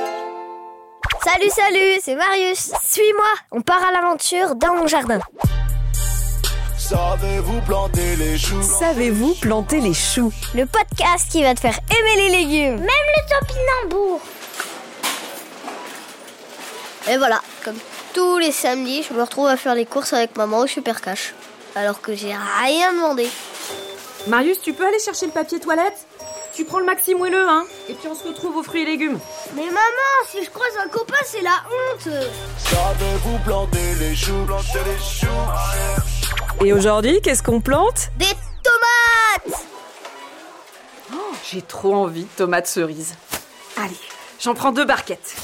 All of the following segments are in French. Philisecast Salut, salut, c'est Marius. Suis-moi, on part à l'aventure dans mon jardin. Savez-vous planter les choux Savez-vous planter les choux Le podcast qui va te faire aimer les légumes, même le topinambour. Et voilà, comme tous les samedis, je me retrouve à faire les courses avec maman au Supercash. Alors que j'ai rien demandé. Marius, tu peux aller chercher le papier toilette Tu prends le maxi moelleux, hein Et puis on se retrouve aux fruits et légumes. Mais maman, si je croise un copain, c'est la honte. Savez-vous planter les choux Planter les choux Et aujourd'hui, qu'est-ce qu'on plante Des tomates J'ai trop envie de tomates cerises. Allez, j'en prends deux barquettes.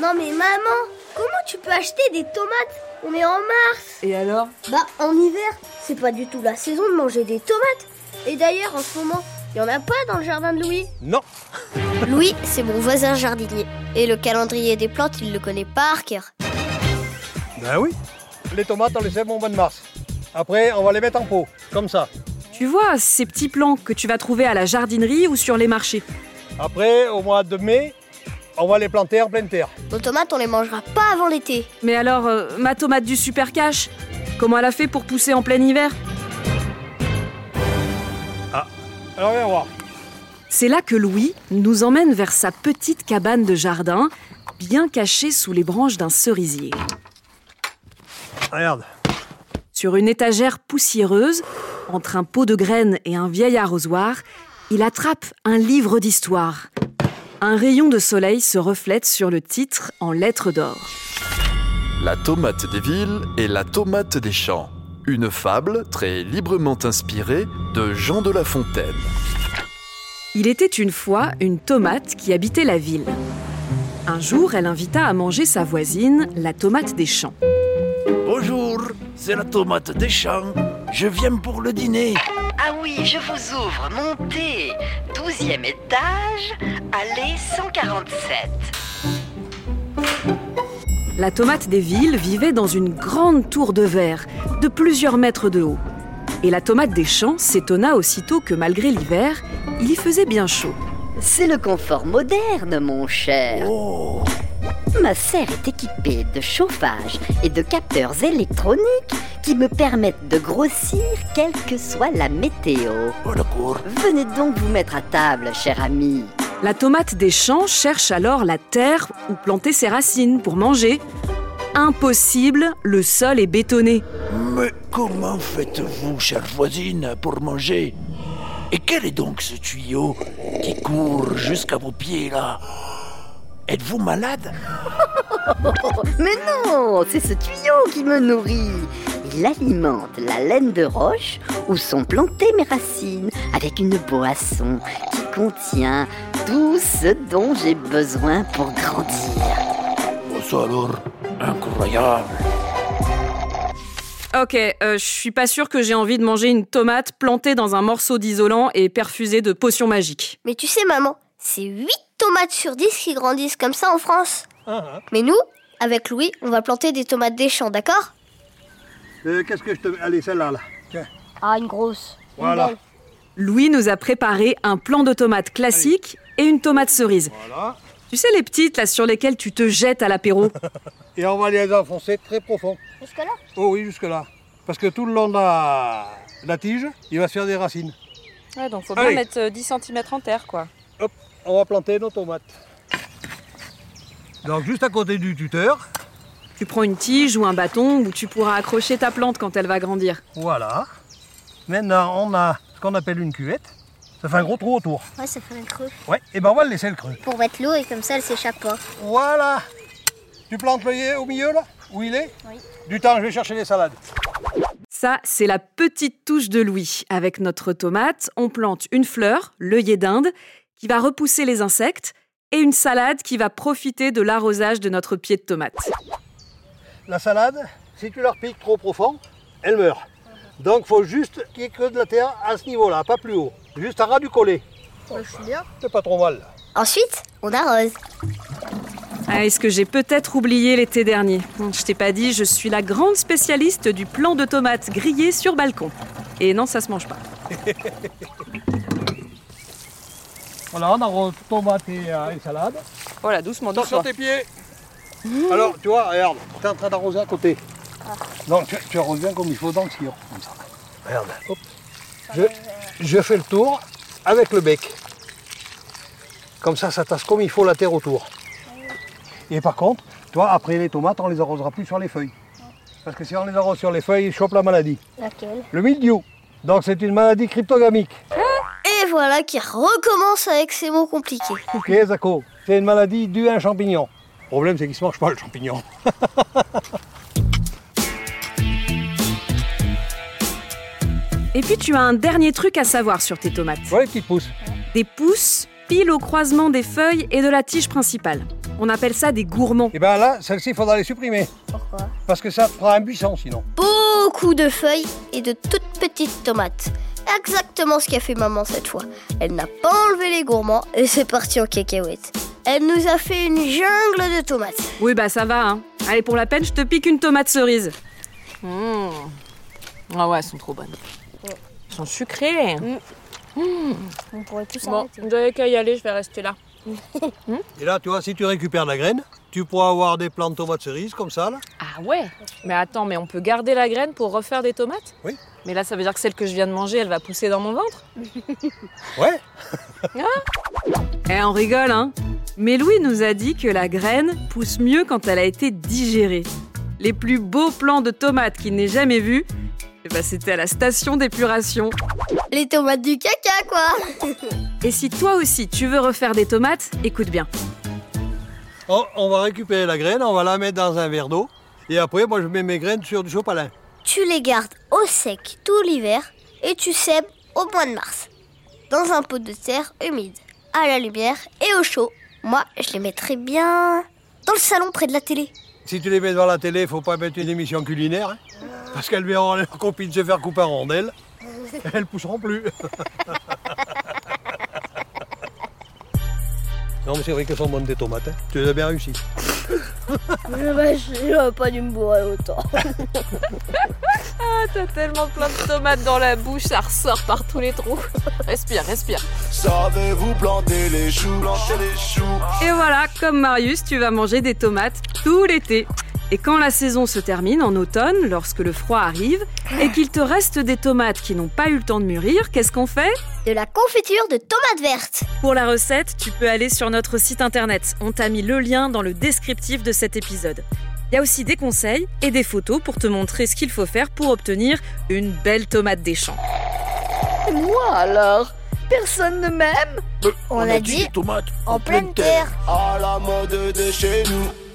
Non mais maman, comment tu peux acheter des tomates On est en mars. Et alors Bah en hiver, c'est pas du tout la saison de manger des tomates. Et d'ailleurs, en ce moment, il y en a pas dans le jardin de Louis. Non Louis, c'est mon voisin jardinier. Et le calendrier des plantes, il le connaît par cœur. Ben oui. Les tomates, on les sème au mois de mars. Après, on va les mettre en pot, comme ça. Tu vois, ces petits plants que tu vas trouver à la jardinerie ou sur les marchés. Après, au mois de mai, on va les planter en pleine terre. Nos tomates, on les mangera pas avant l'été. Mais alors, euh, ma tomate du super cash, comment elle a fait pour pousser en plein hiver Alors, viens voir. C'est là que Louis nous emmène vers sa petite cabane de jardin, bien cachée sous les branches d'un cerisier. Regarde. Sur une étagère poussiéreuse, entre un pot de graines et un vieil arrosoir, il attrape un livre d'histoire. Un rayon de soleil se reflète sur le titre en lettres d'or. La tomate des villes et la tomate des champs. Une fable très librement inspirée de Jean de La Fontaine. Il était une fois une tomate qui habitait la ville. Un jour, elle invita à manger sa voisine, la tomate des champs. Bonjour, c'est la tomate des champs. Je viens pour le dîner. Ah oui, je vous ouvre, montez. 12e étage, allée 147. La tomate des villes vivait dans une grande tour de verre de plusieurs mètres de haut. Et la tomate des champs s'étonna aussitôt que malgré l'hiver, il y faisait bien chaud. C'est le confort moderne, mon cher. Ma serre est équipée de chauffage et de capteurs électroniques qui me permettent de grossir quelle que soit la météo. Oh, d'accord. Venez donc vous mettre à table, cher ami. La tomate des champs cherche alors la terre où planter ses racines pour manger. Impossible, le sol est bétonné. Mais comment faites-vous, chère voisine, pour manger Et quel est donc ce tuyau qui court jusqu'à vos pieds là Êtes-vous malade Mais non, Oh, c'est ce tuyau qui me nourrit. Il alimente la laine de roche où sont plantées mes racines avec une boisson qui contient tout ce dont j'ai besoin pour grandir. Oh, ça alors Incroyable Ok, euh, je suis pas sûre que j'ai envie de manger une tomate plantée dans un morceau d'isolant et perfusée de potions magiques. Mais tu sais, maman, c'est 8 tomates sur 10 qui grandissent comme ça en France. Ah, ah. Mais nous, avec Louis, on va planter des tomates des champs, d'accord Euh, Qu'est-ce que je te. Allez, celle-là, là. Tiens. Ah, une grosse. Voilà. Louis nous a préparé un plant de tomates classique et une tomate cerise. Voilà. Tu sais les petites là sur lesquelles tu te jettes à l'apéro Et on va les enfoncer très profond. Jusque-là Oh oui, jusque-là. Parce que tout le long de la, la tige, il va se faire des racines. Ouais, donc faut Allez. bien mettre euh, 10 cm en terre, quoi. Hop, on va planter nos tomates. Donc, juste à côté du tuteur. Tu prends une tige ou un bâton où tu pourras accrocher ta plante quand elle va grandir. Voilà. Maintenant, on a ce qu'on appelle une cuvette. Ça fait un gros trou autour. Ouais, ça fait un creux. Ouais. Et ben, on va le laisser le creux. Pour mettre l'eau et comme ça, elle s'échappe pas. Voilà Tu plantes le au milieu là Où il est Oui. Du temps, je vais chercher les salades. Ça, c'est la petite touche de Louis. Avec notre tomate, on plante une fleur, l'œillet d'Inde, qui va repousser les insectes, et une salade qui va profiter de l'arrosage de notre pied de tomate. La salade, si tu leur piques trop profond, elle meurt. Donc faut juste qu'il n'y ait que de la terre à ce niveau-là, pas plus haut. Juste à ras du collet. C'est pas trop mal. Ensuite, on arrose. Ah, Est-ce que j'ai peut-être oublié l'été dernier Hum, Je t'ai pas dit, je suis la grande spécialiste du plant de tomates grillées sur balcon. Et non, ça se mange pas. Voilà, on arrose tomate et, euh, et salade. Voilà, doucement, Attention doucement. tes pieds Alors, tu vois, regarde, t'es en train d'arroser à côté. Donc, tu, tu arroses bien comme il faut dans le sillon, comme ça. Regarde, hop. Je, je fais le tour avec le bec. Comme ça, ça tasse comme il faut la terre autour. Et par contre, toi, après les tomates, on les arrosera plus sur les feuilles. Parce que si on les arrose sur les feuilles, ils chopent la maladie. Laquelle Le mildiou. Donc, c'est une maladie cryptogamique. Et voilà qui recommence avec ces mots compliqués. Ok, Zako, c'est une maladie due à un champignon. Le problème, c'est qu'il se mange pas, le champignon. Et puis tu as un dernier truc à savoir sur tes tomates. Voilà les petites pousses. Des pousses pile au croisement des feuilles et de la tige principale. On appelle ça des gourmands. Et bien Eh ben là, celle-ci, il faudra les supprimer. Pourquoi Parce que ça te fera un buisson sinon. Beaucoup de feuilles et de toutes petites tomates. Exactement ce qu'a fait maman cette fois. Elle n'a pas enlevé les gourmands et c'est parti en cacahuète. Elle nous a fait une jungle de tomates. Oui, bah ça va, hein. Allez, pour la peine, je te pique une tomate cerise. Mmh. Ah ouais, elles sont trop bonnes. Elles sont sucrées. On pourrait plus Bon, vous avez qu'à y aller, je vais rester là. Et là, tu vois, si tu récupères la graine, tu pourras avoir des plants de tomates cerises comme ça. Là. Ah ouais Mais attends, mais on peut garder la graine pour refaire des tomates Oui. Mais là, ça veut dire que celle que je viens de manger, elle va pousser dans mon ventre Ouais. Eh, on rigole, hein Mais Louis nous a dit que la graine pousse mieux quand elle a été digérée. Les plus beaux plants de tomates qu'il n'ait jamais vus, eh ben, c'était à la station d'épuration. Les tomates du caca, quoi Et si toi aussi tu veux refaire des tomates, écoute bien. On, on va récupérer la graine, on va la mettre dans un verre d'eau. Et après, moi, je mets mes graines sur du chopalin. Tu les gardes au sec tout l'hiver et tu sèmes au mois de mars. Dans un pot de terre humide, à la lumière et au chaud. Moi, je les mettrais bien dans le salon près de la télé. Si tu les mets devant la télé, faut pas mettre une émission culinaire. hein, parce qu'elles verront leurs copines se faire couper en rondelles. Elles pousseront plus. non, mais c'est vrai que sont bonnes des tomates. hein. Tu les as bien réussies. Eh ben, Je pas dû me bourrer autant. T'as tellement plein de tomates dans la bouche, ça ressort par tous les trous. Respire, respire. Savez-vous planter les choux, planter les choux Et voilà, comme Marius, tu vas manger des tomates tout l'été. Et quand la saison se termine en automne, lorsque le froid arrive, et qu'il te reste des tomates qui n'ont pas eu le temps de mûrir, qu'est-ce qu'on fait De la confiture de tomates vertes. Pour la recette, tu peux aller sur notre site internet. On t'a mis le lien dans le descriptif de cet épisode. Il y a aussi des conseils et des photos pour te montrer ce qu'il faut faire pour obtenir une belle tomate des champs. Et moi alors Personne ne m'aime On, a dit des tomates en pleine terre. À la mode de chez nous